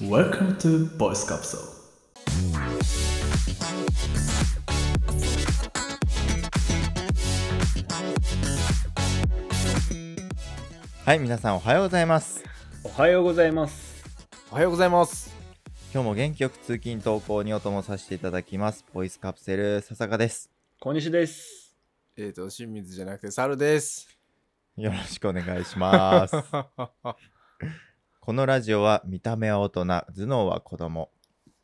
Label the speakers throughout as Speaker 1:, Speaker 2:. Speaker 1: Welcome to Voice Capsule.
Speaker 2: はい、皆さんおはようございます。
Speaker 3: おはようございます。
Speaker 4: おはようございます。
Speaker 2: 今日も元気よく通勤投稿にお供させていただきます。ボイスカプセル笹香です。
Speaker 3: 小西です。
Speaker 4: えっ、ー、と、清水じゃなくて、猿です。
Speaker 2: よろしくお願いします。 このラジオは見た目は大人、頭脳は子供、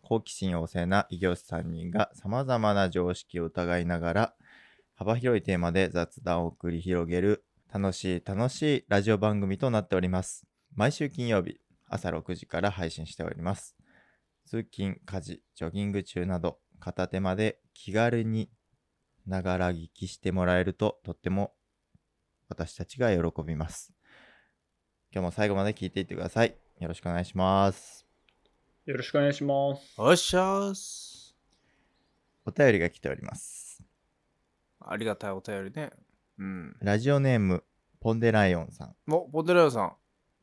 Speaker 2: 好奇心旺盛な異業種3人がさまざまな常識を疑いながら幅広いテーマで雑談を繰り広げる楽しい楽しいラジオ番組となっております。毎週金曜日朝6時から配信しております。通勤、家事、ジョギング中など片手間で気軽にながら聞きしてもらえるととっても私たちが喜びます。今日も最後まで聞いていってください。よろしくお願いします。
Speaker 3: よろしくお願いします。
Speaker 4: おっしゃーす。
Speaker 2: お便りが来ております。
Speaker 4: ありがたいお便りね。うん。
Speaker 2: ラジオネーム、ポンデライオンさん。
Speaker 4: お、ポテラヨさ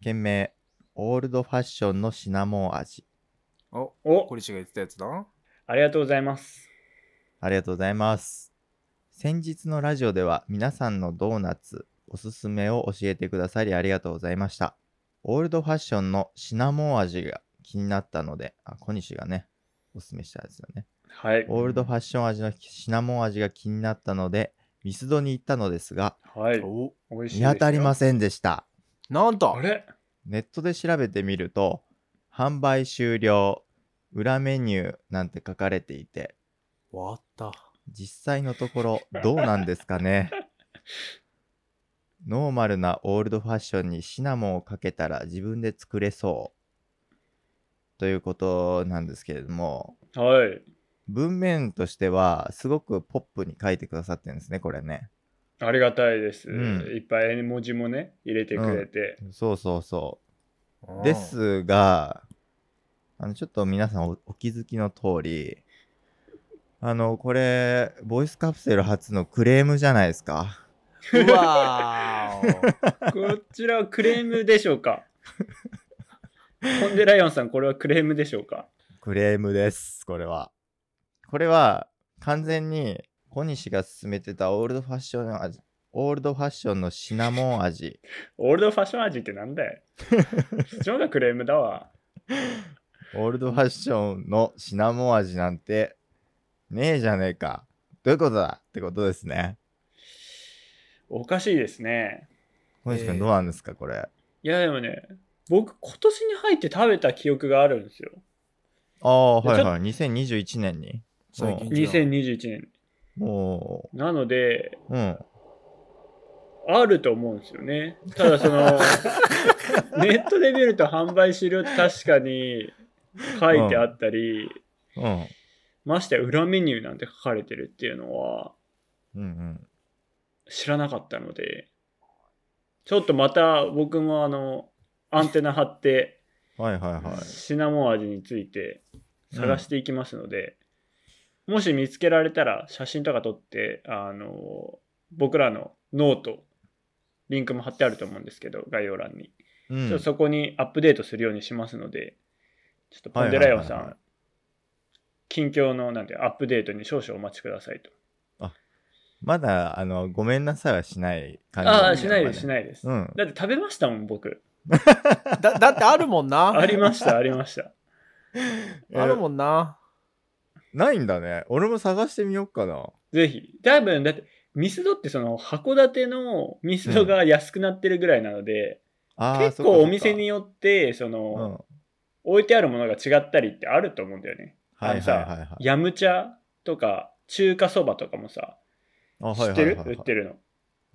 Speaker 2: 件名、オールドファッションのシナモン味。
Speaker 4: ん。お、
Speaker 3: お
Speaker 4: 小、西が言ってたやつだな。
Speaker 3: ありがとうございます。
Speaker 2: ありがとうございます。先日のラジオでは皆さんのドーナツ、おすすめを教えてくださりありがとうございました。オールドファッションのシナモン味が気になったので、あ、小西がね、おすすめしたんですよね。
Speaker 3: はい。
Speaker 2: オールドファッション味のシナモン味が気になったので、ミスドに行ったのですが、
Speaker 3: はい。
Speaker 4: お、
Speaker 3: 美味しい
Speaker 2: 見当たりますせんでした。
Speaker 4: なんと
Speaker 3: よ。あれ
Speaker 2: ネットで調べてみると、販売終了、裏メニューなんて書かれていて、
Speaker 4: 終わった。
Speaker 2: 実際のところ どうなんですかねノーマルなオールドファッションにシナモンをかけたら自分で作れそうということなんですけれども
Speaker 3: はい。
Speaker 2: 文面としてはすごくポップに書いてくださってるんですねこれね
Speaker 3: ありがたいです。
Speaker 2: うん
Speaker 3: いっぱい絵文字もね、入れてくれて。
Speaker 2: そうそうそうですがあのちょっと皆さんおお気づきの通りあのこれボイスカプセル初のクレームじゃないですか
Speaker 4: うん。うわ ー
Speaker 3: こちらはクレームでしょ うかコンデライオンさん、これはクレームでしょうか
Speaker 2: クレームです、これは。これは完全に小西が勧めてたオールドファッションの味、オールドファッションのシナモン味。
Speaker 3: オールドファッション味ってなんだよ。そっちの方がクレームだわ。
Speaker 2: オールドファッションのシナモン味なんてねえじゃねえか。どういうことだってことですね。
Speaker 3: おかしいですね。
Speaker 2: 小西
Speaker 4: え
Speaker 2: 君
Speaker 4: ー
Speaker 2: どうなんですか、これ。
Speaker 3: いや、でもね、僕、今年に入って食べた記憶があるんですよ。
Speaker 2: ああ、は
Speaker 3: ち
Speaker 2: い
Speaker 3: ょ
Speaker 2: はい。2021年に。
Speaker 4: 最近じゃん。
Speaker 3: 2021年。
Speaker 2: も
Speaker 3: なので、
Speaker 2: う、うん。
Speaker 3: あると思うんですよね。ただ その、ネットで見ると販売終了って確かに書いてあったり、
Speaker 2: うん。
Speaker 3: ましてや裏メニューなんて書かれてるっていうのは
Speaker 2: うんうん。
Speaker 3: 知らなかったので、ちょっとまた僕もあの、アンテナ張って、
Speaker 2: はいはいはい。
Speaker 3: シナモン味について探していきますので、もし見つけられたら写真とか撮って、あの、僕らのノート、リンクも貼ってあると思うんですけど、概要欄に。
Speaker 2: うん
Speaker 3: ちょっとそこにアップデートするようにしますので、ちょっとポンデライオンさ
Speaker 2: はいはいはいは
Speaker 3: ん、近況のなんてアップデートに少々お待ちくださいと。
Speaker 2: まだ、あの、ごめんなさいはしない感じ、
Speaker 3: ああ、しないです、し
Speaker 2: い。
Speaker 3: ないです。
Speaker 2: うん。
Speaker 3: だって食べましたもん、僕。
Speaker 4: だだってあるもんな。
Speaker 3: ありました、ありました。
Speaker 4: あるもんな。
Speaker 2: ないんだね。俺も探してみようかな。
Speaker 3: ぜひ。多分、だって、ミスドってその函館のミスドが安くなってるぐらいなので、
Speaker 2: あー
Speaker 3: 結構お店に、よって、その、
Speaker 2: そっかそっか
Speaker 3: 置いてあるものが違ったりってあると思うんだよね。
Speaker 2: うん、はいはいはいはい。
Speaker 3: ヤムチャとか、中華そばとかもさ、
Speaker 2: あ
Speaker 3: 知ってる、
Speaker 2: はいはいはい
Speaker 3: 売
Speaker 2: は
Speaker 3: ってるの。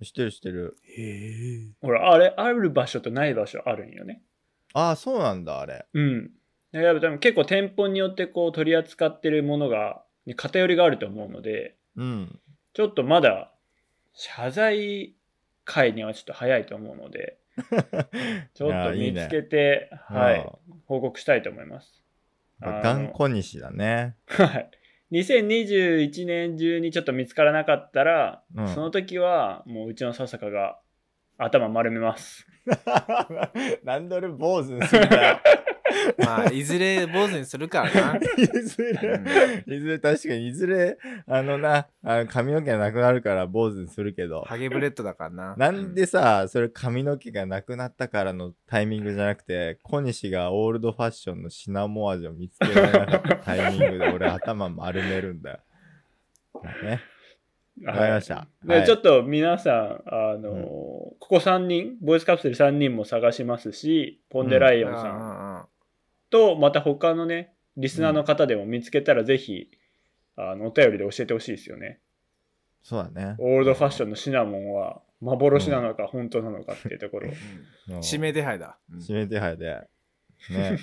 Speaker 2: い知ってる知ってる。
Speaker 4: へえ。
Speaker 3: ほら、あれ、ある場所とない場所あるんよね。
Speaker 2: ああ、そうなんだ、あれ。
Speaker 3: うん。だから多分結構店舗によってこう取り扱ってるものが、に偏りがあると思うので、
Speaker 2: うん。
Speaker 3: ちょっとまだ謝罪会にはちょっと早いと思う ので、ちょ
Speaker 2: いや
Speaker 3: っ
Speaker 2: ー
Speaker 3: と
Speaker 2: いい
Speaker 3: 見
Speaker 2: ね
Speaker 3: つけて、はい、報告したいと思いま
Speaker 2: う
Speaker 3: す。
Speaker 2: ん
Speaker 3: あの
Speaker 2: 頑固西だ ね。
Speaker 3: はい。2021年中にちょっと見つからなかったら、
Speaker 2: うん
Speaker 3: その時はもううちの笹香が頭丸めます。
Speaker 2: なんで俺坊主にするんだよ。
Speaker 4: まあ、いずれ坊主にするからな。
Speaker 2: いずれ、いずれ確かに、いずれ、あのな、あの髪の毛がなくなるから坊主にするけど、
Speaker 4: ハゲブレッドだからな。
Speaker 2: なんでさ、それ髪の毛がなくなったからのタイミングじゃなくて、小西がオールドファッションのシナモ味を見つけられなかったタイミングで俺頭丸めるんだよ。ね、わかりました。
Speaker 3: で
Speaker 2: はい
Speaker 3: ちょっと皆さん、あのーここ3人、ボイスカプセル3人も探しますし、ポンデライ
Speaker 4: う
Speaker 3: オ
Speaker 4: ん
Speaker 3: ンさん
Speaker 4: うんうん
Speaker 3: と、また他のね、リスナーの方でも見つけたら、ぜひ、あの、お便りで教えてほしいですよね。
Speaker 2: そうだね。
Speaker 3: オールドファッションのシナモンは、幻なのか、本当なのかっていうところ。
Speaker 2: もう
Speaker 4: 指名手配だ。うん
Speaker 2: 指名手配で。 ね。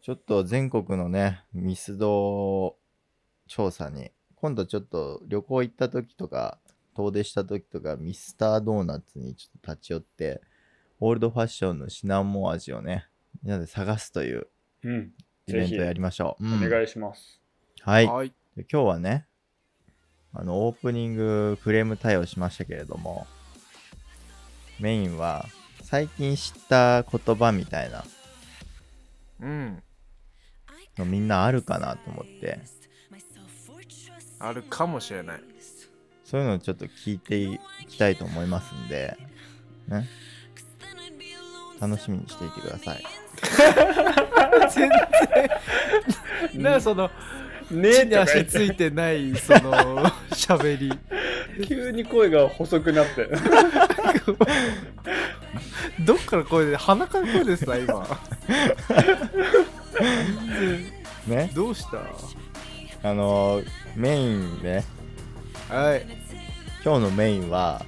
Speaker 2: ちょっと全国のね、ミスド調査に、今度ちょっと旅行行った時とか、遠出した時とか、ミスタードーナツにちょっと立ち寄って、オールドファッションのシナモン味をね、みんなで探すという
Speaker 3: うん。
Speaker 2: イベント
Speaker 3: ぜひ
Speaker 2: やりましょう。
Speaker 3: お
Speaker 2: うん
Speaker 3: 願いします。
Speaker 2: はい。
Speaker 4: はい。
Speaker 2: で今日はねあのオープニングフレーム対応しましたけれどもメインは最近知った言葉みたいな
Speaker 4: うん。
Speaker 2: のみんなあるかなと思って
Speaker 4: あるかもしれない。
Speaker 2: そういうのをちょっと聞いていきたいと思いますんで、ね、楽しみにしていてください
Speaker 4: 全然。 なその、
Speaker 3: ね
Speaker 4: 地
Speaker 3: えとか
Speaker 4: に
Speaker 3: 言
Speaker 4: 足
Speaker 3: っ
Speaker 4: つ
Speaker 3: て、
Speaker 4: いてない、その、喋り。
Speaker 3: 急に声が細くなって。
Speaker 4: どっから声で、鼻から声ですな、今。
Speaker 2: ね
Speaker 4: どうした
Speaker 2: あのメインね
Speaker 4: はい。
Speaker 2: 今日のメインは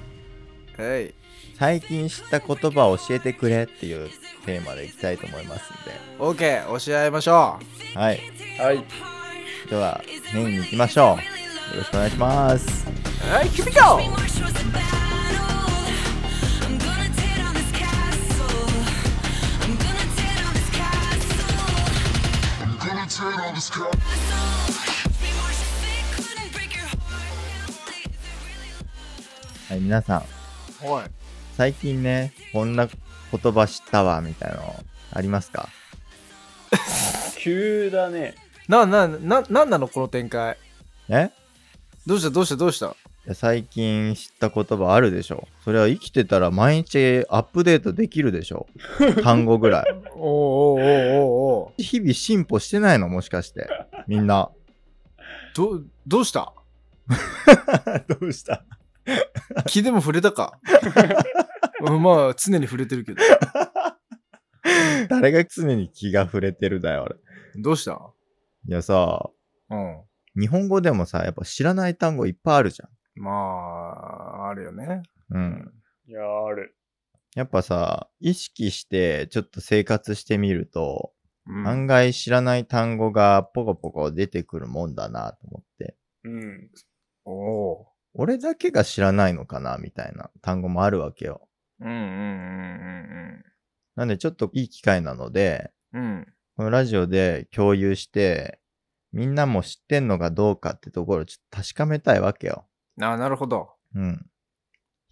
Speaker 4: はい。
Speaker 2: 最近知った言葉を教えてくれっていうテーマでいきたいと思いますんで
Speaker 4: オーケー、教え合いましょ
Speaker 2: はい
Speaker 3: はい。
Speaker 2: ではメインに行きましょうよろしくお願いします
Speaker 4: う。はい、君かお
Speaker 5: I'm gonna tear down this castle. I'm gonna tear down this castle.
Speaker 6: gonna turn on this crowd.
Speaker 5: Be more sick, couldn't break your heart.
Speaker 2: はい、皆さん、
Speaker 4: おい。
Speaker 2: 最近ね、こんな言葉知ったわ、みたいなの、ありますか
Speaker 3: 急だね。
Speaker 4: な、な、な、なんなのこの展開。
Speaker 2: え
Speaker 4: どうしたどうしたどうした
Speaker 2: いや最近知った言葉あるでしょそれは生きてたら毎日アップデートできるでしょ単語ぐらい。
Speaker 4: おうおうおうおうおう
Speaker 2: 日々進歩してないのもしかして。みんな。
Speaker 4: ど、どうした
Speaker 2: どうした
Speaker 4: 気でも触れた かうんまあ、常に触れてるけど。
Speaker 2: 誰が常に気が触れてるだよ、俺。
Speaker 4: どうした
Speaker 2: いやさ、
Speaker 4: うん。
Speaker 2: 日本語でもさ、やっぱ知らない単語いっぱいあるじゃ
Speaker 4: まあ、あるよね。
Speaker 2: ん。うん。
Speaker 3: いやーある。
Speaker 2: やっぱさ、意識してちょっと生活してみると、
Speaker 4: うん
Speaker 2: 案外知らない単語がポコポコ出てくるもんだなと思って、
Speaker 3: うん。
Speaker 4: おお
Speaker 2: 俺だけが知らないのかなみたいな単語もあるわけよ。
Speaker 4: う。うんうん
Speaker 2: なんでちょっといい機会なので、
Speaker 4: うんうん。うん。
Speaker 2: このラジオで共有して、みんなも知ってんのかどうかってところをちょっと確かめたいわけよ。
Speaker 4: あなるほど。
Speaker 2: うん。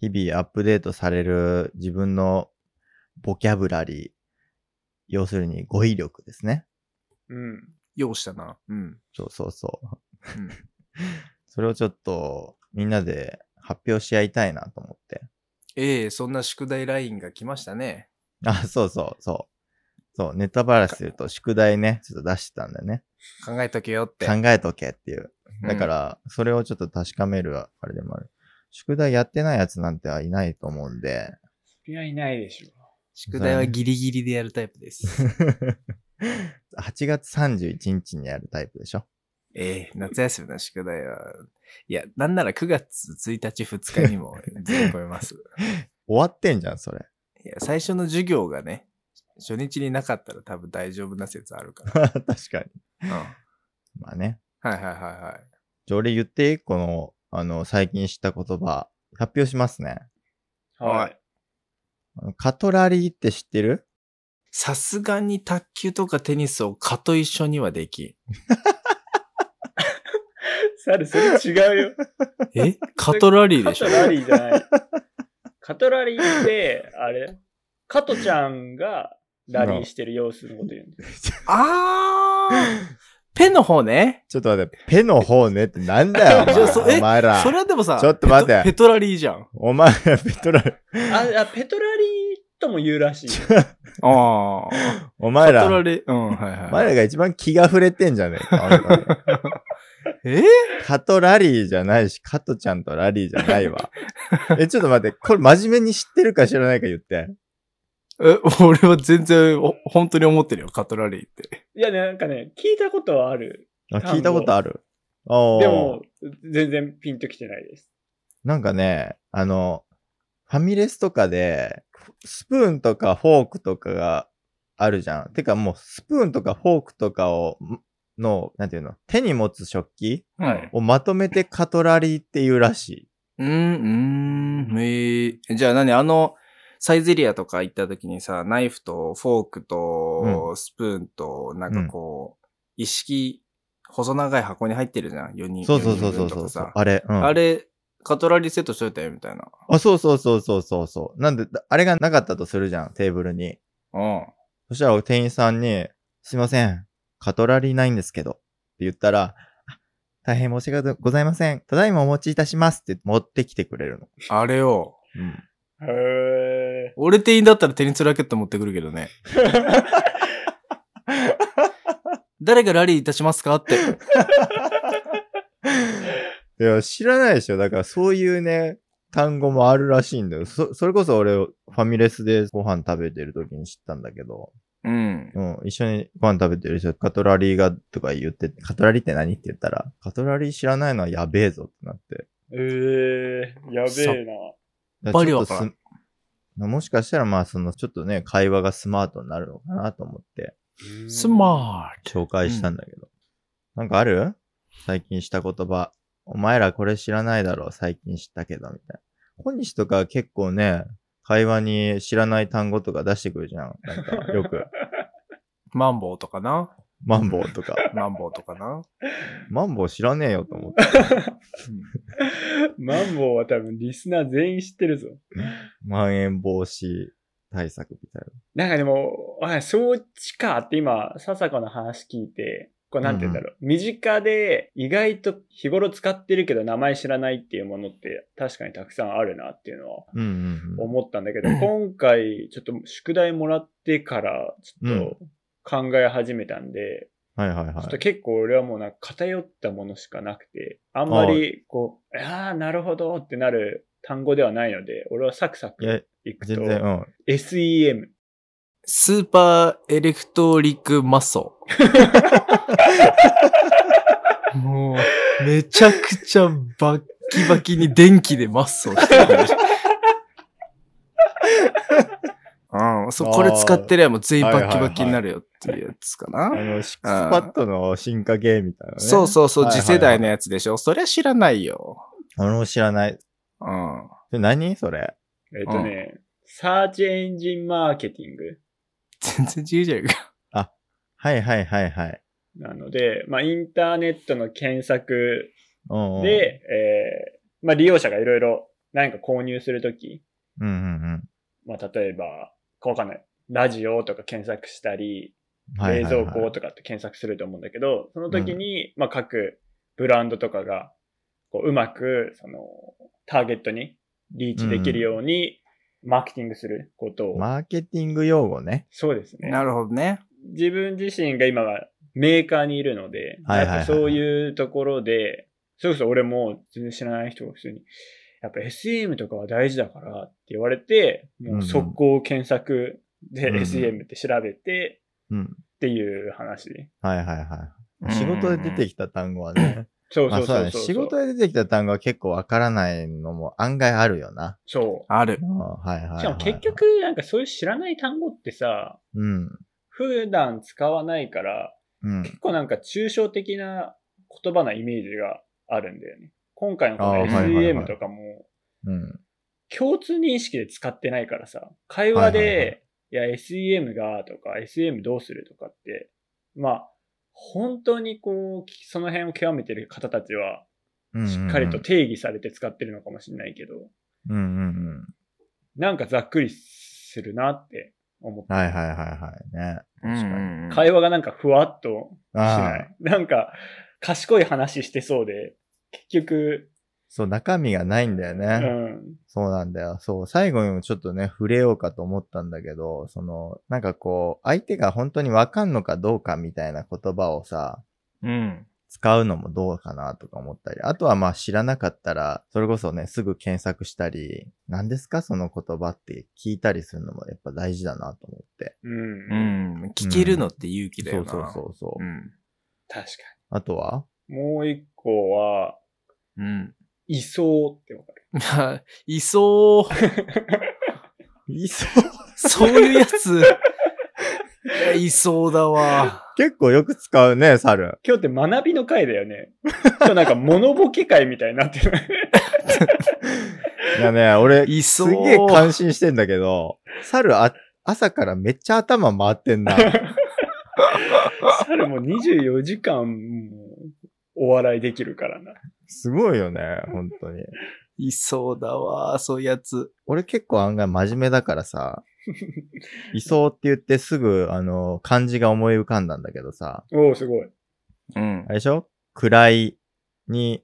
Speaker 2: 日々アップデートされる自分のボキャブラリー、要するに語彙力ですね。
Speaker 3: うん。
Speaker 4: ようしたな。うん。
Speaker 2: そうそうそう。
Speaker 4: うん
Speaker 2: それをちょっとみんなで発表し合いたいなと思って。
Speaker 4: ええそんな宿題ラインが来ましたね。
Speaker 2: あ、そうそうそう。そう、ネタバラシすると宿題ね、ちょっと出してたんだよね。
Speaker 4: 考えとけよって。
Speaker 2: 考えとけっていう。だか、ら、それをちょっと確かめるあれでもある。宿題やってないやつなんてはいないと思うん で、
Speaker 3: そりゃいないでしょ。
Speaker 4: 宿題はギリギリでやるタイ プです。
Speaker 2: 8月31日にやるタイプでしょ。
Speaker 4: ええ夏休みの宿題は、いや、なんなら9月1日2日 にも全部超えます。
Speaker 2: 終わってんじゃん、それ。
Speaker 4: いや、最初の授業がね、初日になかったら多分大丈夫な説あるから。
Speaker 2: 確かに。
Speaker 4: うん。はい
Speaker 2: まあね。
Speaker 4: はいはいはい。
Speaker 2: じゃあ俺言っていいこの、あの、最近知った言葉、発表しますね。
Speaker 3: はい。
Speaker 2: あのカトラリーって知ってる
Speaker 4: さすがに卓球とかテニスを蚊と一緒にはできん。
Speaker 3: 猿、それ違うよ。
Speaker 4: えカトラリーでしょ
Speaker 3: カトラリーじゃない。カトラリーって、あれ、加トちゃんがラリーしてる様子のこと言うんで。
Speaker 4: あーペンの方ね。
Speaker 2: ちょっと待って、ペの方ねってなんだよ、
Speaker 4: ちょそ
Speaker 2: お前
Speaker 4: え
Speaker 2: お前ら
Speaker 4: そ。れはでもさ、
Speaker 2: ちょっと待て
Speaker 4: ペトペトラリーじゃん。
Speaker 2: お前ら、ペトラ、
Speaker 3: ああ、ペトラリーとも言うらしい。
Speaker 4: ああ。
Speaker 2: お前
Speaker 4: ペトラ
Speaker 2: ら、
Speaker 4: リー、うん、はい
Speaker 2: お
Speaker 4: は
Speaker 2: 前
Speaker 4: い。
Speaker 2: らが一番気が触れてんじゃねえか本当に。
Speaker 4: え
Speaker 2: カトラリーじゃないし、カトちゃんとラリーじゃない わ。え、ちょっと待って、これ真面目に知ってるか知らないか言って。
Speaker 4: え、俺は全然、お本当に思ってるよ、カトラリーって。
Speaker 3: いや、なんかね、聞いたことはある。
Speaker 2: あ、
Speaker 3: 単語
Speaker 2: 聞いたことある。お
Speaker 3: で
Speaker 2: ー
Speaker 3: も、全然ピンときてないです。
Speaker 2: なんかね、あの、ファミレスとかで、スプーンとかフォークとかがあるじゃん。てかもう、スプーンとかフォークとかを、の、なんていうの、手に持つ食器
Speaker 4: はい。
Speaker 2: をまとめてカトラリーっていうらしい。
Speaker 4: うん、うん、えーじゃあ何あの、サイゼリアとか行った時にさ、ナイフとフォークとスプーンと、なんかこう、一式、細長い箱に入ってるじゃん、4人。
Speaker 2: そうそうそう
Speaker 4: 四
Speaker 2: そ
Speaker 4: 人
Speaker 2: う
Speaker 4: 分と
Speaker 2: そうそう
Speaker 4: かさ。
Speaker 2: あれ、うん。
Speaker 4: あれ、カトラリーセットしといたよ、みたいな。
Speaker 2: あ、そうそうそうそうそうそう。なんで、あれがなかったとするじゃん、テーブルに。
Speaker 4: うん。
Speaker 2: そしたら店員さんに、すいません、カトラリーないんですけど、って言ったら、あ大変申し訳ございません。ただいまお持ちいたしますって持ってきてくれるの。
Speaker 4: あれを。
Speaker 2: うん。
Speaker 3: へえ。
Speaker 4: 俺店員だったらテニスラケット持ってくるけど ね。誰がラリーいたしますかって。
Speaker 2: いや、知らないでしょ。だからそういうね、単語もあるらしいんだよ。そ、それこそ俺、ファミレスでご飯食べてる時に知ったんだけど、
Speaker 4: うん。
Speaker 2: うん、一緒にご飯食べてる人、カトラリーが、とか言って、カトラリーって何って言ったら、カトラリー知らないのはやべえぞってなって。
Speaker 3: ええやべえな。
Speaker 2: だ
Speaker 4: バリ
Speaker 2: ちょ
Speaker 4: わ
Speaker 2: っと
Speaker 4: からん
Speaker 2: すもしかしたら、まあ、その、ちょっとね、会話がスマートになるのかなと思って、
Speaker 4: スマー
Speaker 2: 紹介したんだけど。なんかある最近した言葉。お前らこれ知らないだろ、最近知ったけど、みたいな。今日とか結構ね、会話に知らない単語とか出してくるじゃん。なんか、よ く。
Speaker 4: ト。マンボウとかな。
Speaker 2: マンボウとか。
Speaker 4: マンボウとかな。
Speaker 2: マンボウ知らねえよと思って。
Speaker 3: マンボウは多分リスナー全員知ってるぞ。
Speaker 2: まん延防止対策みたい
Speaker 3: なんかでも、あ、そっちかって今、笹子の話聞いて、こうなんて言うんだろう。身近で意外と日頃使ってるけど名前知らないっていうものって確かにたくさんあるなっていうのは
Speaker 2: な。うんうん、うん。
Speaker 3: 思ったんだ けど、今回ちょっと宿題もらってからちょっと考え始めたんで、
Speaker 2: はいはいは
Speaker 3: ちょっと
Speaker 2: い。
Speaker 3: 結構俺はもうなんか偏ったものしかなくて、あんまりこう、ああ、なるほどってなる単語ではないので、俺はサクサ
Speaker 2: いや
Speaker 3: クいく
Speaker 2: 全
Speaker 3: と、
Speaker 2: 然、うん。
Speaker 3: SEM。
Speaker 4: スーパーエレクトリックマッソ。 もう、めちゃくちゃバッキバキに電気でマッソをして くれる。うん、そう、これ使ってりゃもう全員バッキバキになるよっていうやつかな。
Speaker 2: あの、シックスパッドの進化系みたいなね。
Speaker 4: そうそうそう、
Speaker 2: はいはい
Speaker 4: 次
Speaker 2: はい
Speaker 4: 世代のやつでしょ。そりゃ知らないよ。
Speaker 2: 俺も知らない。
Speaker 4: うん。
Speaker 2: で何それ。
Speaker 3: えっ、とね、サーチエンジンマーケティング
Speaker 4: 全然違う じゃんか。
Speaker 2: はいはいはいはい。
Speaker 3: なので、まあ、インターネットの検索
Speaker 2: うんうん、
Speaker 3: で、えーまあ、利用者がいろいろ何か購入するとき、
Speaker 2: うんうん
Speaker 3: まあ、例えば、こうわかんない。ラジオとか検索したり、
Speaker 2: うん。はい
Speaker 3: 冷
Speaker 2: はいはい
Speaker 3: 蔵庫とかって検索すると思うんだけど、その時に、まあ、各ブランドとかが、こう、うまく、その、ターゲットにリーチできるように、マーケティングすることを。
Speaker 2: マーケティング用語ね。
Speaker 3: そうですね。
Speaker 4: なるほどね。
Speaker 3: 自分自身が今はメーカーにいるので、
Speaker 2: はいはいはい
Speaker 3: やっぱそういうところで、それこそ俺も全然知らない人が普通に、やっぱ SEM とかは大事だからって言われて、もう速攻検索で
Speaker 2: うんうん
Speaker 3: SEM って調べて
Speaker 2: うん。
Speaker 3: っていう話。
Speaker 2: はいはいはい。仕事で出て
Speaker 4: き
Speaker 2: きた単語はね。
Speaker 3: そう
Speaker 2: ま
Speaker 3: そ
Speaker 2: あそうだ
Speaker 3: うそう
Speaker 2: ね。
Speaker 3: そう。
Speaker 2: 仕事で出てきた単語は結構わからないのも案外あるよな。
Speaker 3: そ
Speaker 4: ある
Speaker 2: う。んはいはい、は
Speaker 3: う。
Speaker 2: い。
Speaker 3: しかも結、局なんかそういう知らない単語ってさ、
Speaker 2: うん。
Speaker 3: 普段使わないから、
Speaker 2: うん。
Speaker 3: 結構なんか抽象的な言葉なイメージがあるんだよね。今回のこの
Speaker 2: あーはいはいは
Speaker 3: SEM
Speaker 2: い
Speaker 3: とかも、
Speaker 2: うん。
Speaker 3: 共通認識で使ってないからさ、会話で、
Speaker 2: はい
Speaker 3: い
Speaker 2: はいはい
Speaker 3: や、SEM がとか、SEM どうするとかって、まあ、本当にこう、その辺を極めてる方たちは、
Speaker 2: うんうんうん
Speaker 3: しっかりと。定義されて使ってるのかもしれないけど、
Speaker 2: うんうんうん。
Speaker 3: なんかざっくりするなって思って。
Speaker 2: はいはいはいはい。ね。
Speaker 4: うんうんうん
Speaker 3: 会話がなんかふわっとし
Speaker 2: あ
Speaker 3: な
Speaker 2: あ
Speaker 3: い。なんか、賢い話してそうで、結局、
Speaker 2: そう、中身がないんだよ
Speaker 3: う
Speaker 2: ね。
Speaker 3: ん。
Speaker 2: そうなんだよ。そう、最後にもちょっとね、触れようかと思ったんだけど、その、なんかこう、相手が本当にわかんのかどうかみたいな言葉をさ、
Speaker 4: うん。
Speaker 2: 使うのもどうかなとか思ったり、あとはまあ知らなかったら、それこそね、すぐ検索したり、何ですかその言葉って聞いたりするのもやっぱ大事だなと思って。
Speaker 3: う。
Speaker 4: うんん。聞けるのって勇気だ
Speaker 2: そ
Speaker 4: よ
Speaker 2: う
Speaker 4: な。
Speaker 2: そうそうそう。
Speaker 4: うん。
Speaker 3: 確か
Speaker 2: あとは
Speaker 3: に。もう一個は、
Speaker 4: うん。
Speaker 3: いそうってわかる。
Speaker 4: まあ、 いそう。
Speaker 2: いそう。
Speaker 4: そういうやつ。いやいそうだわ。
Speaker 2: 結構よく使うね、猿。
Speaker 3: 今日って学びの回だよね。今日なんか物ボケ会みたいに なってる。
Speaker 2: いやね、俺、
Speaker 4: い
Speaker 2: す
Speaker 4: そう
Speaker 2: げえ感心してんだけど、猿あ、朝からめっちゃ頭回ってんな。
Speaker 3: 猿も24時間、もうお笑いできるからな。
Speaker 2: すごいよね、本当に。
Speaker 4: いそうだわ。そういうやつ。
Speaker 2: 俺結構案外真面目だからさ、いそうって言ってすぐ、あの、漢字が思い浮かんだんだけどさ、
Speaker 3: おお、すごい。
Speaker 4: うん
Speaker 2: あ。れでしょ暗いに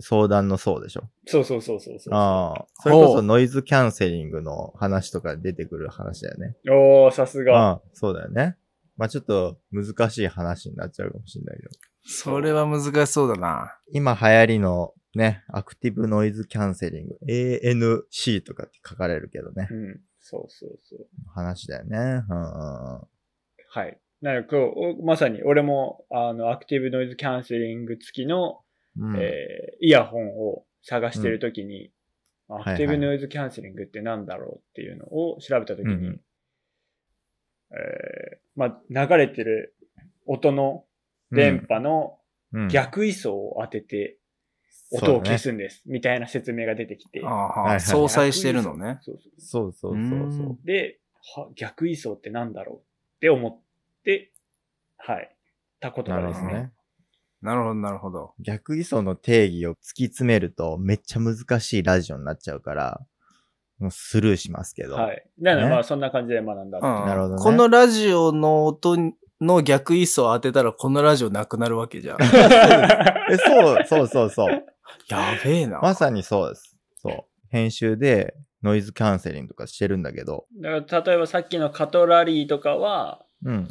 Speaker 2: 相談のそうでしょ
Speaker 3: そうそうそうそうそう。
Speaker 2: ああ。それこ
Speaker 4: ほ
Speaker 2: そうノイズキャンセリングの話とか出てくる話だよね。
Speaker 3: おお、さすが。
Speaker 2: ああ、そうだよね。まあちょっと難しい話になっちゃうかもしれないけど。
Speaker 4: それは難しそうだな。
Speaker 2: 今流行りのね、アクティブノイズキャンセリング、ANC とかって書かれるけどね
Speaker 3: う。ん。そうそうそう。
Speaker 2: 話だよね。うんうん
Speaker 3: はい。なんか今日、おまさに俺も、あの、アクティブノイズキャンセリング付きの、
Speaker 2: うん。うん
Speaker 3: えーイヤホンを探してるときに、
Speaker 2: い
Speaker 3: ア
Speaker 2: はい
Speaker 3: クティブノイズキャンセリングってなんだろうっていうのを調べたときに、
Speaker 2: うんうん
Speaker 3: えーまあ、流れてる音の電波の
Speaker 2: うん
Speaker 3: 逆位相を当てて
Speaker 2: そう
Speaker 3: 音
Speaker 2: だ
Speaker 3: を
Speaker 2: ね
Speaker 3: 消すんです、みたいな説明が出てきて。
Speaker 4: あ
Speaker 2: は
Speaker 4: あ、
Speaker 2: い
Speaker 4: 相殺してるのね。
Speaker 3: そうそう
Speaker 2: そうそうそうそう。
Speaker 3: で、は逆位相ってなんだろうって思って、はい、た言
Speaker 2: な
Speaker 3: 葉
Speaker 2: る
Speaker 3: で
Speaker 2: ほ
Speaker 3: す
Speaker 2: ど
Speaker 3: ね。
Speaker 2: ね。
Speaker 4: なるほど、なるほど。
Speaker 2: 逆位相の定義を突き詰めるとめっちゃ難しいラジオになっちゃうから、もうスルーしますけど。
Speaker 3: はい。なので、
Speaker 2: ね
Speaker 3: まあ、そんな感じで学んだっていう。
Speaker 4: うん
Speaker 2: なるほどね
Speaker 4: このラジオの音の逆位相を当てたら、このラジオなくなるわけじゃ ん。
Speaker 2: え、そう、そうそうそう。
Speaker 4: やべえな。
Speaker 2: まさにそうです。そう。編集でノイズキャンセリングとかしてるんだけど、
Speaker 3: だから、例えばさっきのカトラリーとかは、
Speaker 2: うん。
Speaker 4: う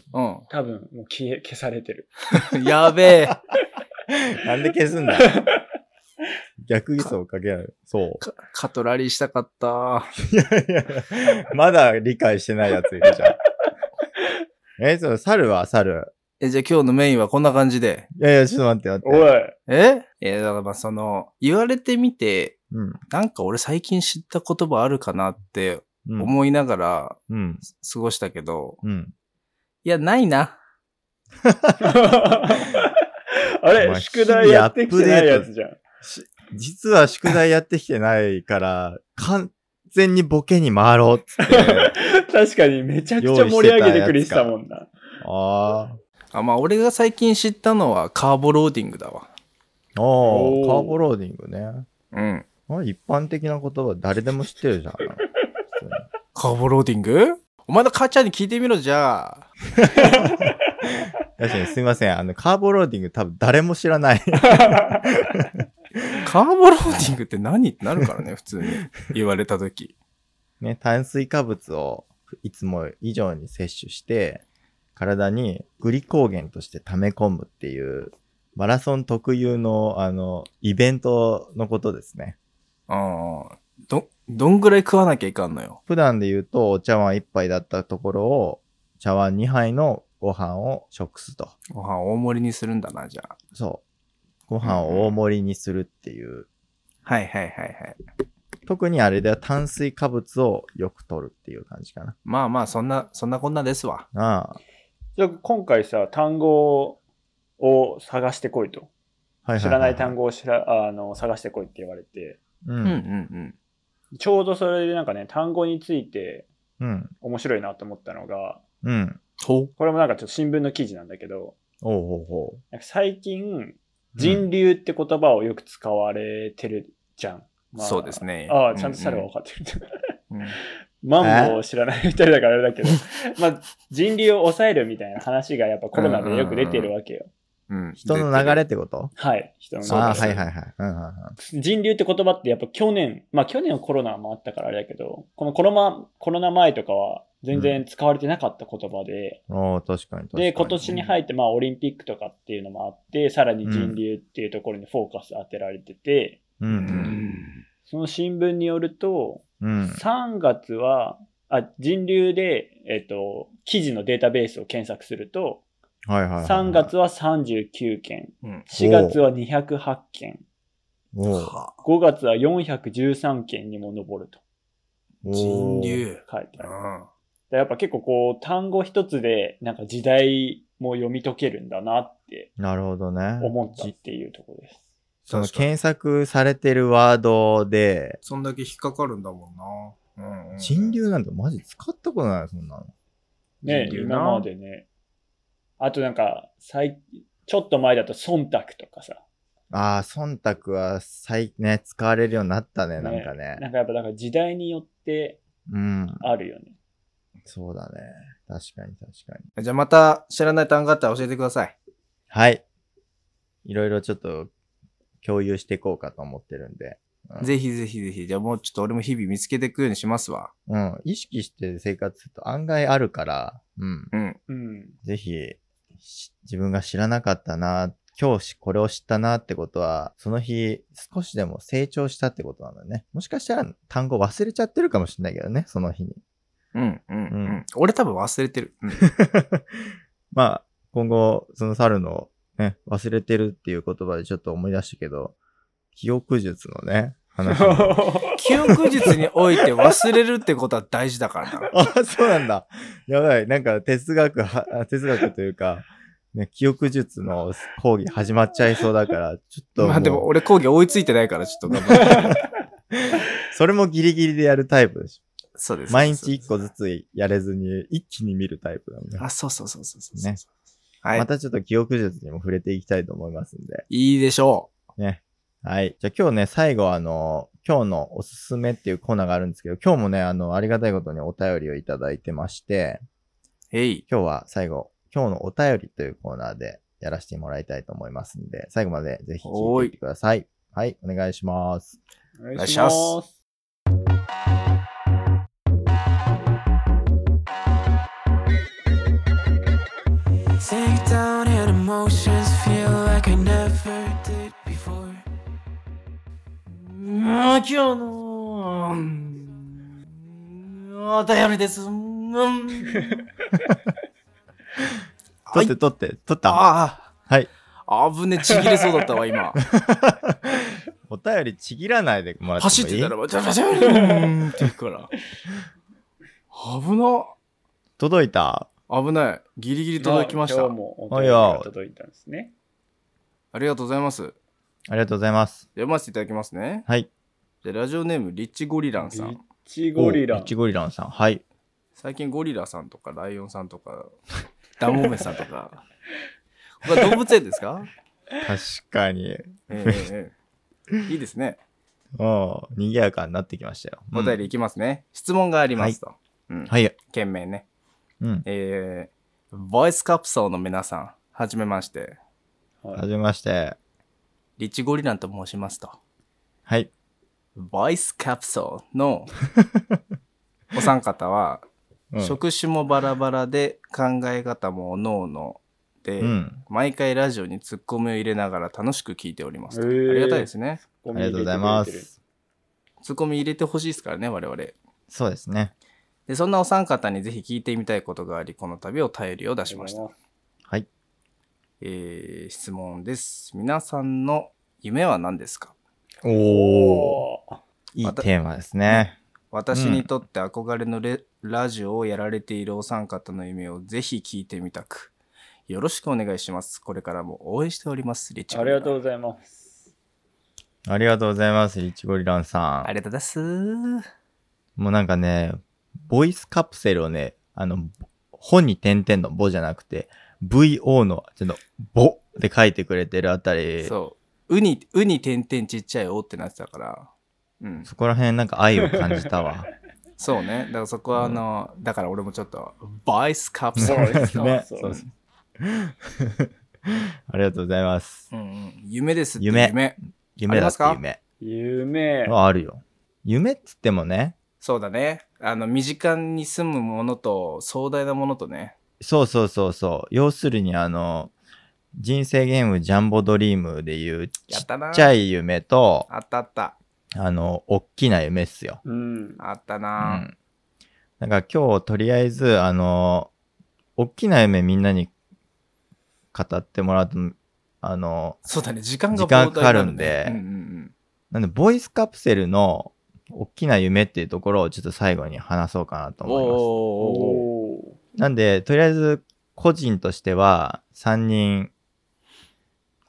Speaker 3: 多分、もう消え、消されてる。
Speaker 4: ん。やべえ。
Speaker 2: なんで消すんだ 逆位相をかけない。そう。
Speaker 4: かカトラリーしたかった。
Speaker 2: いやまだ理解してないやついるじゃん。え、その猿は猿。
Speaker 4: え、じゃあ今日のメインはこんな感じで。
Speaker 2: いやいや、ちょっと待って待って。
Speaker 3: おい。
Speaker 4: ええ、だからまあその、言われてみて、
Speaker 2: うん。
Speaker 4: なんか俺最近知った言葉あるかなって
Speaker 2: うん。
Speaker 4: 思いながら
Speaker 2: うん。
Speaker 4: 過ごしたけど、
Speaker 2: うん。
Speaker 4: いや、ないな。
Speaker 3: あ
Speaker 2: お
Speaker 3: れ、
Speaker 2: 前
Speaker 3: 宿題やってきてないやつじゃん。
Speaker 2: 実は宿題やってきてないから、完全にボケに回ろうっつって。
Speaker 3: 確かに、めちゃくちゃ盛り上げてくれてたもんな。
Speaker 2: あ
Speaker 4: あ、まあ俺が最近知ったのはカーボローディングだわ。
Speaker 2: あ。お
Speaker 3: お
Speaker 2: ー、
Speaker 3: ー
Speaker 2: カーボローディングね。
Speaker 4: うん。
Speaker 2: あ一般的な言葉誰でも知ってるじゃん。普通に
Speaker 4: カーボローディングお前の母ちゃんに聞いてみろ、じゃあ。
Speaker 2: 確かにすいません。あの、カーボローディング多分誰も知らない。
Speaker 4: カーボローディングって何ってなるからね、普通に。言われた時。
Speaker 2: ね、炭水化物をいつも以上に摂取して、体にグリコーゲンとして溜め込むっていう、マラソン特有の、あの、イベントのことですね。
Speaker 4: うんうん。ど、どんぐらい食わなきゃいかんのよ。
Speaker 2: 普段で言うと、お茶碗一杯だったところを、茶碗二杯のご飯を食すと。
Speaker 4: ご飯大盛りにするんだな、じゃあ。
Speaker 2: そう。ご飯を大盛りにするっていう。
Speaker 4: はいはいはいはい。
Speaker 2: 特にあれでは炭水化物をよく取るっていう感じかな。
Speaker 4: まあまあ、そんな、そんなこんなですわ。
Speaker 2: あ
Speaker 3: じゃあ今回さ、単語を探してこいと。
Speaker 2: あ。ははは
Speaker 3: 知らない単。語をしらあの探してこいって言われて、
Speaker 2: う
Speaker 4: うんうん
Speaker 2: ん。
Speaker 4: うん。
Speaker 3: ちょうどそれでなんかね、単語について
Speaker 2: うん。
Speaker 3: 面白いなと思ったのが、
Speaker 2: うん。
Speaker 4: と。
Speaker 3: これもなんかちょっと新聞の記事なんだけど、
Speaker 2: おうおうおう。
Speaker 3: なんか最近、人流って言葉をよく使われてるじゃん。
Speaker 4: そうですね。
Speaker 3: ああ、ちゃんと猿は
Speaker 4: うん
Speaker 3: 分かってる。
Speaker 4: うん、
Speaker 3: マンボウを知らないみたいだからあれだけど、 まあ、人流を抑えるみたいな話がやっぱコロナでよく出てるわけよ。
Speaker 4: うん。
Speaker 2: 人の流れってこと
Speaker 3: はい、人の流れ
Speaker 2: ああ、はいはいはい。うんうんうん
Speaker 3: 人流って言葉ってやっぱ去年、まあ去年はコロナもあったからあれだけど、このコロナコロナ前とかは全然使われてなかった言葉で、
Speaker 2: おー確かに確かに。
Speaker 3: で、今年に入ってまあオリンピックとかっていうのもあって、さらに人流っていうところにフォーカス当てられてて、
Speaker 2: う
Speaker 4: うんん。
Speaker 3: その新聞によると、
Speaker 2: うん。うん。
Speaker 3: 3月は、あ人流で、えっと、記事のデータベースを検索すると、
Speaker 2: はいはいはい。
Speaker 3: 3月は39件、
Speaker 4: うん
Speaker 3: 4月は208件、
Speaker 2: おー。
Speaker 4: はあ
Speaker 3: 5月は413件にも上ると
Speaker 2: おー
Speaker 4: 人。流。
Speaker 3: 書いてある。
Speaker 4: うん
Speaker 3: やっぱ結構こう単語一つでなんか時代も読み解けるんだなって
Speaker 2: なるほどね。
Speaker 3: 思ったっていうところです。
Speaker 2: その
Speaker 4: 確かに
Speaker 2: 検索されてるワードで、
Speaker 4: そんだけ引っかかるんだもんな。うんうん
Speaker 2: 人流なんてマジ使ったことないよそんなの。
Speaker 3: ね
Speaker 4: 人流な
Speaker 3: 今までね。あとなんか最ちょっと前だと忖度とかさ。
Speaker 2: ああ、忖度は最、ね、使われるようになったね、なんか
Speaker 3: なん
Speaker 2: ね。
Speaker 3: かやっぱなんか時代によって
Speaker 2: うん。
Speaker 3: あるよね。
Speaker 2: そうだね。確かに確かに。
Speaker 4: じゃあまた知らない単語あったら教えてください。
Speaker 2: はい。いろいろちょっと共有していこうかと思ってるんで。うん
Speaker 4: ぜひぜひぜひ。じゃあもうちょっと俺も日々見つけていくようにしますわ。
Speaker 2: うん。意識して生活すると案外あるから、うん。
Speaker 4: うん。
Speaker 3: うん。
Speaker 2: ぜひ、し自分が知らなかったな、今日しこれを知ったなってことは、その日少しでも成長したってことなんだよね。もしかしたら単語忘れちゃってるかもしれないけどね、その日に。
Speaker 4: うん、うん、うん。
Speaker 2: うん
Speaker 4: 俺多分忘れてる。うん
Speaker 2: まあ、今後、その猿のね、忘れてるっていう言葉でちょっと思い出したけど、記憶術のね、話も。
Speaker 4: 記憶術において忘れるってことは大事だからな。
Speaker 2: あ、そうなんだ。やばい。なんか哲学は、あ哲学というか、ね、記憶術の講義始まっちゃいそうだから、ちょっともう。
Speaker 4: まあでも俺講義追いついてないからちょっと頑 張って。
Speaker 2: それもギリギリでやるタイプでし
Speaker 4: そうです。
Speaker 2: ょ。毎日一個ずつやれずに、一気に見るタイプだもんね。
Speaker 4: あ、そうそうそうそうそうそう
Speaker 2: ね
Speaker 4: はい。
Speaker 2: またちょっと記憶術にも触れていきたいと思いますんで。
Speaker 4: いいでしょ
Speaker 2: ね。はい。じゃあ今日ね、最後あの、今日のおすすめっていうコーナーがあるんですけど、今日もね、あの、ありがたいことにお便りをいただいてまして、
Speaker 4: う。えい。
Speaker 2: 今日は最後、今日のお便りというコーナーでやらせてもらいたいと思いますんで、最後までぜひ聞いていってください。はい、お願いします。
Speaker 3: お願
Speaker 4: いします
Speaker 3: す。
Speaker 5: Take down and emotions feel like I never did before.
Speaker 7: まあ、今日の、うんお便りです。うん、
Speaker 2: 撮って撮って、撮った。
Speaker 4: あ
Speaker 2: はい。
Speaker 4: あ、危ね、ちぎれそうだったわ、今。
Speaker 2: お便りちぎらないでもらって
Speaker 4: 走っ
Speaker 2: もい
Speaker 4: て
Speaker 2: い
Speaker 4: たら、バチャバチャうーんって言うから。危な。
Speaker 2: 届いた
Speaker 4: 危ない。ギリギリ届きました
Speaker 3: 今。日もお便りが届いたんですね。
Speaker 4: ありがとうございます。
Speaker 2: ありがとうございます。
Speaker 4: 読ませていただきますね。
Speaker 2: はい。
Speaker 4: じゃあラジオネーム、リッチゴリラン
Speaker 3: リ
Speaker 4: さ
Speaker 3: ッ
Speaker 4: ん。
Speaker 3: チゴリラ
Speaker 2: おいち。ごりらんさん。はい。
Speaker 4: 最近ゴリラさんとか、ライオンさんとか、ダモメさんとか。これは動物園ですか
Speaker 2: 確かに。
Speaker 4: ええええいいですね。
Speaker 2: もう、賑やかになってきましたよ。
Speaker 4: お便りいきますね。質問がありますと。うん
Speaker 2: うん。はい。
Speaker 4: 件名ね。
Speaker 2: うん。
Speaker 4: えー、ボイスカプソーの皆さん、はじめまして。
Speaker 3: はい
Speaker 2: はじめまして。
Speaker 4: リッチゴリランと申しますと。
Speaker 2: はい。
Speaker 4: ボイスカプソーのお三方は、
Speaker 2: うん
Speaker 4: 職種もバラバラで考え方もおのおので、
Speaker 2: うん。
Speaker 4: 毎回ラジオにツッコミを入れながら楽しく聞いておりますと、
Speaker 3: へー
Speaker 4: ありがたいですね
Speaker 2: ありがとうございます。
Speaker 4: ツッコミ入れてほしいですからね我々で
Speaker 2: そうですね。
Speaker 4: そんなお三方にぜひ聞いてみたいことがありこの度お便りを出しました、
Speaker 2: はい。
Speaker 4: えー質問です皆さんの夢は何ですか
Speaker 2: おー。
Speaker 3: おー
Speaker 2: いい
Speaker 4: また
Speaker 2: テーマですね。
Speaker 4: 私にとって憧れのレ、ラジオをやられているお三方の夢をぜひ聞いてみたくよろしくお願いしますこれからも応援しておりますリッチ
Speaker 3: ありがとう
Speaker 4: う
Speaker 3: ございます。
Speaker 2: ありがとうございます、いちごりらんさ
Speaker 4: ありがとうございます
Speaker 2: ん。もうなんかね、ボイスカプセルをね、あの、本に点々のボじゃなくて、VO の、ちょっと、ボって書いてくれてるあたり、そ
Speaker 4: そうウニウニ点々ちっちゃいおってなってたからうん
Speaker 2: こら辺なんか愛を感じたわ。
Speaker 4: そうね。だからそこは、あの、だから俺もちょっと、バイスカプセル。
Speaker 3: そうそう
Speaker 2: ね、
Speaker 3: そう
Speaker 2: そうそうありがとうございます。
Speaker 4: うんうん、夢ですって
Speaker 2: 夢
Speaker 4: 夢
Speaker 2: 夢だって
Speaker 4: あり
Speaker 2: 夢。
Speaker 3: 夢。
Speaker 2: ああるよ。夢っつってもね、
Speaker 4: そうだね。あの、身近に住むものと、壮大なものとね。
Speaker 2: そうそうそうそう。要するにあの、人生ゲームジャンボドリームでいうち
Speaker 4: や
Speaker 2: っ
Speaker 4: ったな。
Speaker 2: ちゃい夢と、
Speaker 4: あったあった。
Speaker 2: あの、おっきな夢っすよ。
Speaker 3: うん。
Speaker 4: あった
Speaker 2: う
Speaker 4: な。
Speaker 2: ん。なんか今日とりあえず、あの、おっきな夢みんなに語ってもらうと、あの、
Speaker 4: そうだね。時間が
Speaker 2: 時間
Speaker 4: 膨大にな
Speaker 2: かかるんで
Speaker 4: うんうんうん。
Speaker 2: なんで、ボイスカプセルのおっきな夢っていうところをちょっと最後に話そうかなと思います。
Speaker 4: おーおーおー
Speaker 3: おー
Speaker 2: なんで、とりあえず、個人としては、3人、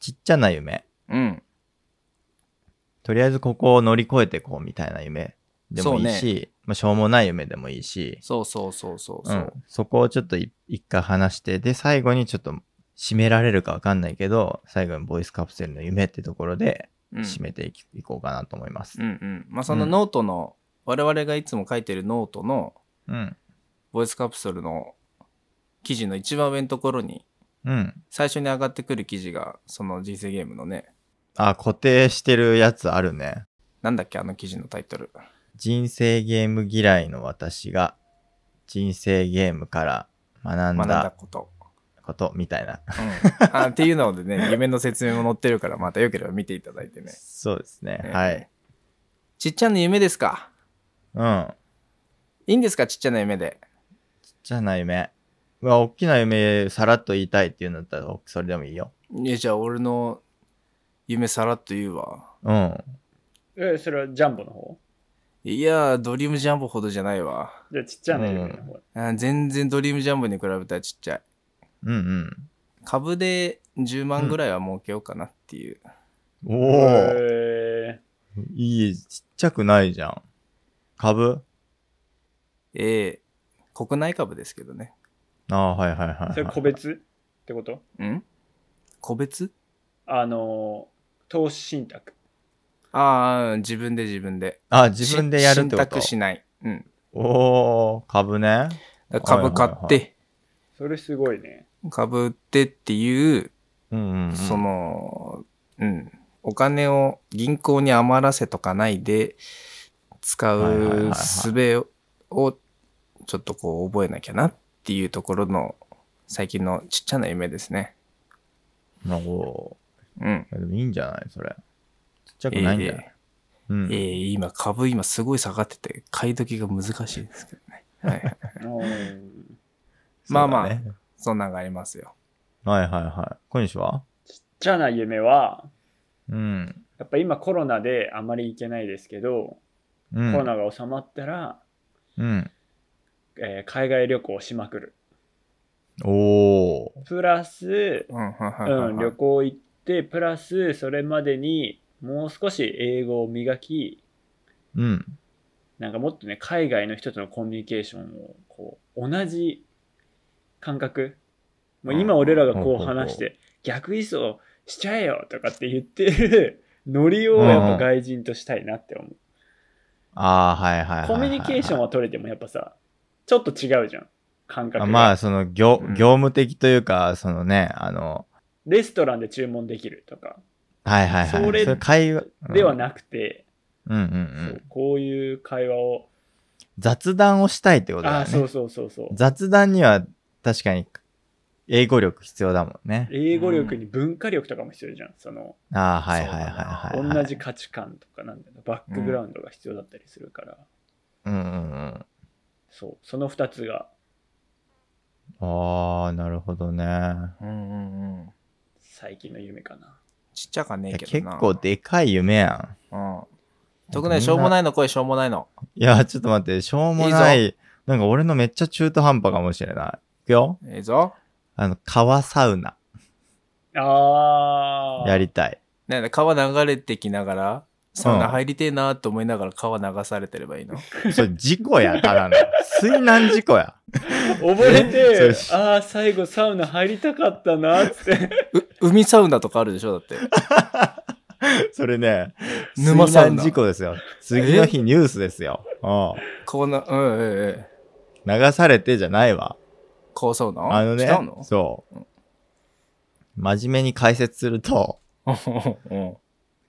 Speaker 2: ちっちゃな夢。
Speaker 4: うん。
Speaker 2: とりあえずここを乗り越えてこうみたいな夢でもいい
Speaker 4: そう
Speaker 2: し、まあ、しょうもない夢でもいいし、
Speaker 4: そうそうそうそう。
Speaker 2: う
Speaker 4: そ
Speaker 2: ん
Speaker 4: う、
Speaker 2: そこをちょっとい一回話して、で、最後にちょっと締められるかわかんないけど、最後にボイスカプセルの夢ってところで
Speaker 4: うん
Speaker 2: 締めてい,、いこうかなと思います
Speaker 4: うん。うん。まあ、その
Speaker 2: うん
Speaker 4: ノートの、我々がいつも書いてるノートの、
Speaker 2: うん。
Speaker 4: ボイスカプセルの記事の一番上のところに、
Speaker 2: うん。
Speaker 4: 最初に上がってくる記事が、その人生ゲームのね、
Speaker 2: あ、固定してるやつあるね。
Speaker 4: なんだっけ、あの記事のタイトル。
Speaker 2: 人生ゲーム嫌いの私が人生ゲームから学ん
Speaker 4: 学んだ
Speaker 2: だ
Speaker 4: こと。
Speaker 2: ことみたいな。
Speaker 4: うん、あっていうのでね、夢の説明も載ってるから、またよければ見ていただいてね。
Speaker 2: そうですね。
Speaker 4: ね
Speaker 2: はい。
Speaker 4: ちっちゃな夢ですか
Speaker 2: うん。
Speaker 4: いいんですかちっちゃな夢で。
Speaker 2: じゃない夢。うわ、大きな夢、さらっと言いたいっていうんだったら、おそれでもいいよ。
Speaker 4: いや、じゃあ俺の夢さらっと言うわ。
Speaker 2: うん。
Speaker 3: え、それはジャンボの方
Speaker 4: いやー、ドリームジャンボほどじゃないわ。
Speaker 3: じゃあちっちゃな夢の方。
Speaker 4: あ全然ドリームジャンボに比べたらちっちゃい。
Speaker 2: うん
Speaker 4: 株で10万ぐらいは儲けようかなっていう。
Speaker 2: うん。
Speaker 3: へ
Speaker 2: おお、
Speaker 3: ー
Speaker 2: いい、ちっちゃくないじゃん。株
Speaker 4: ええ国内株ですけどね。
Speaker 2: ああ、はいはいはい、はい。
Speaker 3: それ個別ってこと
Speaker 4: ん個別
Speaker 3: あのー、投資信託。
Speaker 4: ああ、自分で自分で。
Speaker 2: あ、自分でやるってこ
Speaker 4: 信
Speaker 2: と
Speaker 4: 託しない。うん。
Speaker 2: おお、株ね。
Speaker 4: だから株買って、
Speaker 2: はい
Speaker 3: それすごいね。
Speaker 4: 株売ってっていう、
Speaker 2: うんうん、うん。
Speaker 4: その、うん。お金を銀行に余らせとかないで、使
Speaker 2: はいはいはいは
Speaker 4: う
Speaker 2: い
Speaker 4: 術を、ちょっとこう覚えなきゃなっていうところの、最近のちっちゃな夢ですね。
Speaker 2: おお
Speaker 4: うん。
Speaker 2: ー。でもいいんじゃないそれ。ちっちゃ
Speaker 4: え
Speaker 2: くないんじゃない、う
Speaker 4: え
Speaker 2: ん。
Speaker 4: ええ今、株今すごい下がってて、買い時が難しいですけどね。はいはい。
Speaker 3: おー
Speaker 4: まあま
Speaker 2: そ
Speaker 4: あ
Speaker 2: うだね
Speaker 4: そんなんがありますよ。
Speaker 2: はいはいはい。小西は
Speaker 3: ちっちゃな夢は、
Speaker 2: うん。
Speaker 3: やっぱ今コロナであまり行けないですけど、
Speaker 2: うん。
Speaker 3: コロナが収まったら、
Speaker 2: うん。
Speaker 3: えー海外旅行をしまくる。
Speaker 2: おお。
Speaker 3: プラス、
Speaker 4: うん、はいはいは
Speaker 3: う
Speaker 4: い
Speaker 3: ん、
Speaker 4: はい
Speaker 3: 旅行行って、プラス、それまでにもう少し英語を磨き、
Speaker 2: うん。
Speaker 3: なんかもっとね、海外の人とのコミュニケーションを、こう、同じ感覚。もう今俺らがこ
Speaker 2: う
Speaker 3: うん話して、逆位相しちゃえよとかって言ってる ノリをやっぱ外人としたいなって思う。
Speaker 2: ああ、はいはいはいはい。
Speaker 3: コミュニケーションは取れてもやっぱさ、ちょっと違うじゃん。感覚
Speaker 2: あ
Speaker 3: が。
Speaker 2: まあ、その業、
Speaker 4: うん
Speaker 2: 業務的というか、そのね、あの、
Speaker 3: レストランで注文できるとか
Speaker 2: はいはいはい。
Speaker 3: それ
Speaker 2: 会話
Speaker 3: では
Speaker 2: うん
Speaker 3: なくて、
Speaker 2: うんうんう。
Speaker 3: そうんこういう会話を、
Speaker 2: 雑談をしたいってことだよ
Speaker 3: ああ、そう
Speaker 2: ね。
Speaker 3: そうそうそう。
Speaker 2: 雑談には確かに英語力必要だもんね。
Speaker 3: 英語力に文化力とかも必要じゃん。その、
Speaker 2: ああ、はいはいはいはいはい。
Speaker 3: 同じ。価値観とかなんだよなバックグラウンドが必要だったりするから、
Speaker 2: うんうん
Speaker 3: そう、その2つが、
Speaker 2: うん。ああ、なるほどね。
Speaker 4: うんうんうん。
Speaker 3: 最近の夢かな。
Speaker 4: ちっちゃかね
Speaker 2: い
Speaker 4: え
Speaker 2: や
Speaker 4: けど
Speaker 2: 結
Speaker 4: な。
Speaker 2: 構でかい夢や
Speaker 4: うん。特にしょうもないの来い、しょうもないの。
Speaker 2: ん。いや、ちょっと待って、しょうもない。なんか俺のめっちゃ中途半端かもしれない。いくよ。
Speaker 4: ええぞ。
Speaker 2: あの、川サウナ
Speaker 3: ああ。
Speaker 2: やりたい。
Speaker 4: なんで川流れてきながら、サウナ入りてえなと思いながら川流されてればいいの。
Speaker 2: それ事故や、ただの。 水難事故や。
Speaker 3: 溺れ て、
Speaker 2: そ
Speaker 3: ああ、最後サウナ入りたかったな、つって。
Speaker 4: う海サウナとかあるでしょだって。
Speaker 2: それね、
Speaker 4: 沼サウナ
Speaker 2: 水難事故ですよ。次の日ニュースですよ。う
Speaker 4: こうな、うん、ええええ。
Speaker 2: ん流されてじゃないわ。
Speaker 4: こうそうな
Speaker 2: あのね
Speaker 4: 違うの、
Speaker 2: そう。真面目に解説すると、
Speaker 4: うん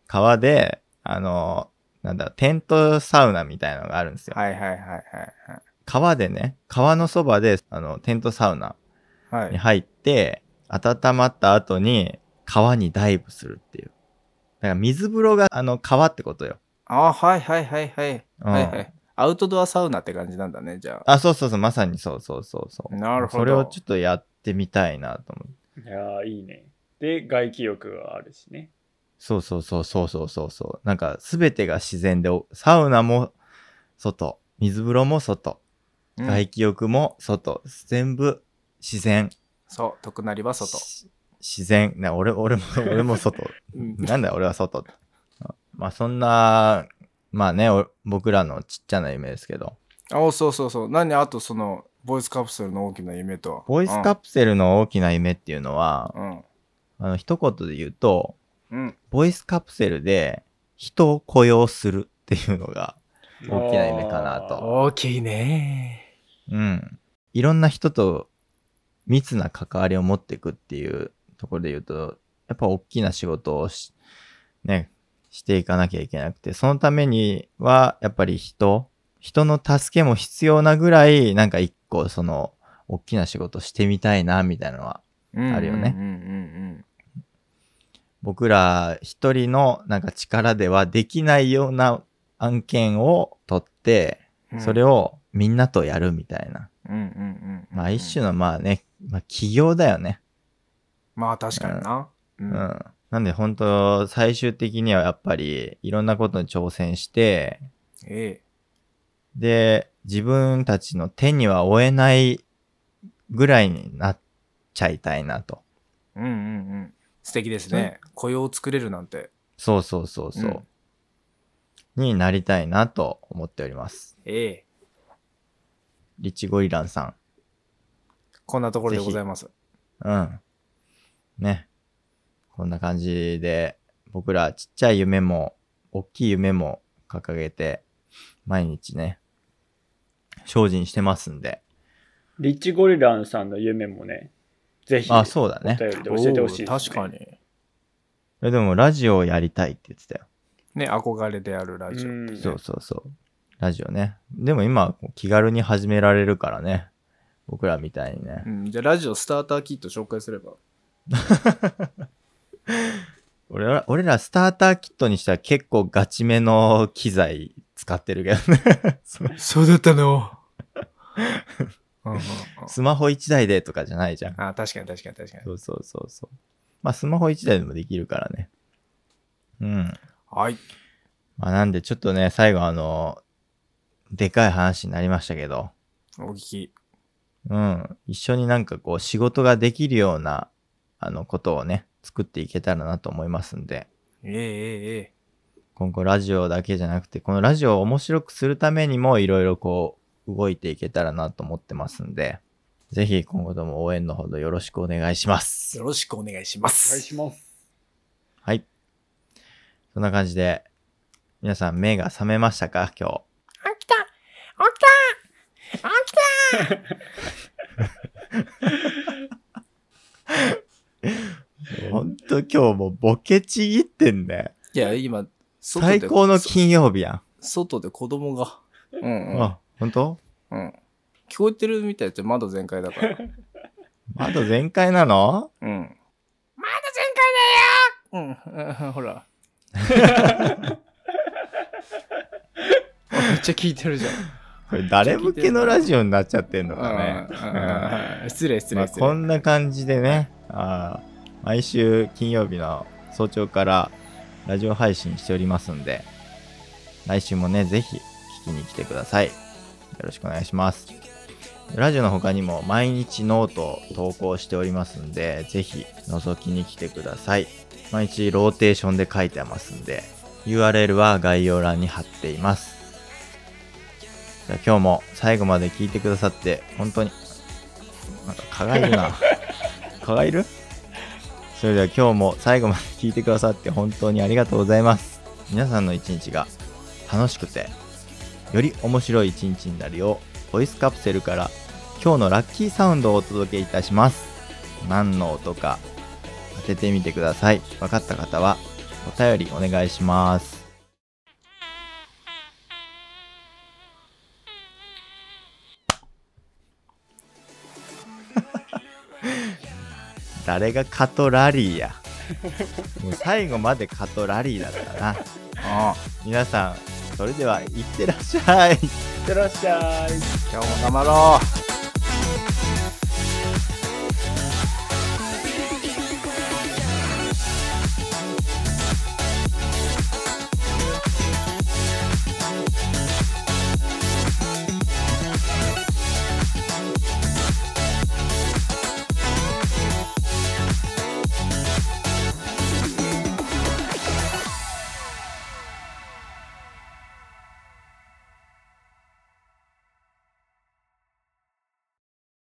Speaker 2: 川で、あの、なんだ、テントサウナみたいなのがあるんですよ。
Speaker 4: はいはいはいはい
Speaker 2: 川でね、川のそばで、あの、テントサウナ
Speaker 4: はい。は
Speaker 2: に
Speaker 4: い。
Speaker 2: 入って、温まった後に、川にダイブするっていう。だから水風呂が、あの、川ってことよ。
Speaker 4: あはいはいはいはい。
Speaker 2: うん
Speaker 4: はいはい。アウトドアサウナって感じなんだね、じゃあ。
Speaker 2: あ、そうそうそう、まさにそうそうそうそう。
Speaker 4: なるほど。
Speaker 2: それをちょっとやってみたいなと思って。
Speaker 3: いやーいいね。で、外気浴があるしね。
Speaker 2: そうそうそうそうそうそうそう。なんか全てが自然で、おサウナも外、水風呂も外、
Speaker 4: うん
Speaker 2: 外気浴も外、全部自然。
Speaker 4: そう、徳成は外。
Speaker 2: し自然。な俺俺も俺も外。なんだよ俺は外。まあそんな、まあね、お僕らのちっちゃな夢ですけど、
Speaker 4: あそうそうそう。何あとその、ボイスカプセルの大きな夢とは。
Speaker 2: ボイスカプセルの大きな夢っていうのは、
Speaker 4: うん。
Speaker 2: あの一言で言うと、
Speaker 4: うん。
Speaker 2: ボイスカプセルで人を雇用するっていうのが、大きな夢かなと
Speaker 4: 大きいね。
Speaker 2: うん。いろんな人と密な関わりを持っていくっていうところで言うと、やっぱ大きな仕事をし、ね、していかなきゃいけなくて、そのためには、やっぱり人、人の助けも必要なぐらい、なんか一個その、大きな仕事してみたいな、みたいなのは、あるよね
Speaker 4: うんうん
Speaker 2: 僕ら一人のなんか力ではできないような案件を取って、
Speaker 4: うんうん。
Speaker 2: それ
Speaker 4: を、
Speaker 2: をみんなとやるみたいな。
Speaker 4: うんうんうんうん。
Speaker 2: まあ一種のまあね、まあ起業だよね。
Speaker 4: まあ確かにな。う
Speaker 2: うんん。なんで本当最終的にはやっぱりいろんなことに挑戦して、
Speaker 4: ええ。
Speaker 2: で、自分たちの手には負えないぐらいになっちゃいたいなと。
Speaker 4: うんうんうん。素敵ですね。雇用を作れるなんて。
Speaker 2: そうそうそうそう。になりたいなと思っております。
Speaker 4: ええ。
Speaker 2: リッチゴリランさ
Speaker 4: こんなところでございます。
Speaker 2: ん。うん。ね。こんな感じで、僕らちっちゃい夢も、大きい夢も掲げて、毎日ね、精進してますんで。
Speaker 3: リッチゴリランさんの夢もね、ぜひ、
Speaker 2: あ、そうだ
Speaker 3: お便
Speaker 2: ね。
Speaker 3: りで教えてほしいです、
Speaker 4: お
Speaker 3: ね。
Speaker 4: ー確かに。
Speaker 2: えでも、ラジオをやりたいって言ってたよ。
Speaker 4: ね、憧れであるラジオ。
Speaker 3: うん、
Speaker 2: そうそうそう。ラジオね。でも今、気軽に始められるからね。僕らみたいにね
Speaker 4: う。ん、じゃあラジオスターターキット紹介すれば。
Speaker 2: 俺ら、俺らスターターキットにしたら結構ガチめの機材使ってるけどね。そう
Speaker 4: そうだったの。うんうんうん
Speaker 2: スマホ1台でとかじゃないじゃん。
Speaker 4: あ確かに確かに確かに。
Speaker 2: そうそうそうそう。まあ、スマホ1台でもできるからね。うん。
Speaker 4: はい。
Speaker 2: まあ、なんでちょっとね、最後あの、でかい話になりましたけど。
Speaker 4: お聞き。
Speaker 2: うん、一緒になんかこう仕事ができるようなあのことをね作っていけたらなと思いますんで
Speaker 4: えええええ
Speaker 2: 今後ラジオだけじゃなくてこのラジオを面白くするためにもいろいろこう動いていけたらなと思ってますんでぜひ今後とも応援のほどよろしくお願いしま
Speaker 4: え
Speaker 2: す
Speaker 4: よろしくお願いしま
Speaker 3: お願い
Speaker 4: す。
Speaker 3: します。
Speaker 2: はいそんな感じで皆さん目が覚めましたか今日 ほんと今日もうボケちぎってんね
Speaker 4: いや、今、外で
Speaker 2: 最高の金曜日や
Speaker 4: 外で子供が。うん
Speaker 2: ん、
Speaker 4: うん。
Speaker 2: あ本当
Speaker 4: うん、聞こえてるみたいで窓全開だから。
Speaker 2: 窓全開なの
Speaker 4: うん。まだ全開だようん うん、ほら。めっちゃ聞いてるじゃん。
Speaker 2: これ誰向けのラジオになっちゃってんのかね。
Speaker 4: うんうん失礼失
Speaker 2: ま
Speaker 4: 礼
Speaker 2: あ、
Speaker 4: 失礼。
Speaker 2: こんな感じでね、あー毎週金曜日の早朝からラジオ配信しておりますんで、来週もね、ぜひ聞きに来てください。よろしくお願いします。ラジオの他にも毎日ノートを投稿しておりますんで、ぜひ覗きに来てください。毎日ローテーションで書いてますんで、URL は概要欄に貼っています。じゃあ今日も最後まで聞いてくださって、本当に、なんか蚊がいるな。蚊がいるそれでは今日も最後まで聞いてくださって本当にありがとうございます皆さんの一日が楽しくてより面白い一日になるようボイスカプセルから今日のラッキーサウンドをお届けいたします何の音か当ててみてください分かった方はお便りお願いします誰がカトラリーやもう最後までカトラリーだったな
Speaker 4: ああ
Speaker 2: 皆さんそれではいってらっしゃい
Speaker 3: いってらっしゃい。
Speaker 4: 今日も頑張ろう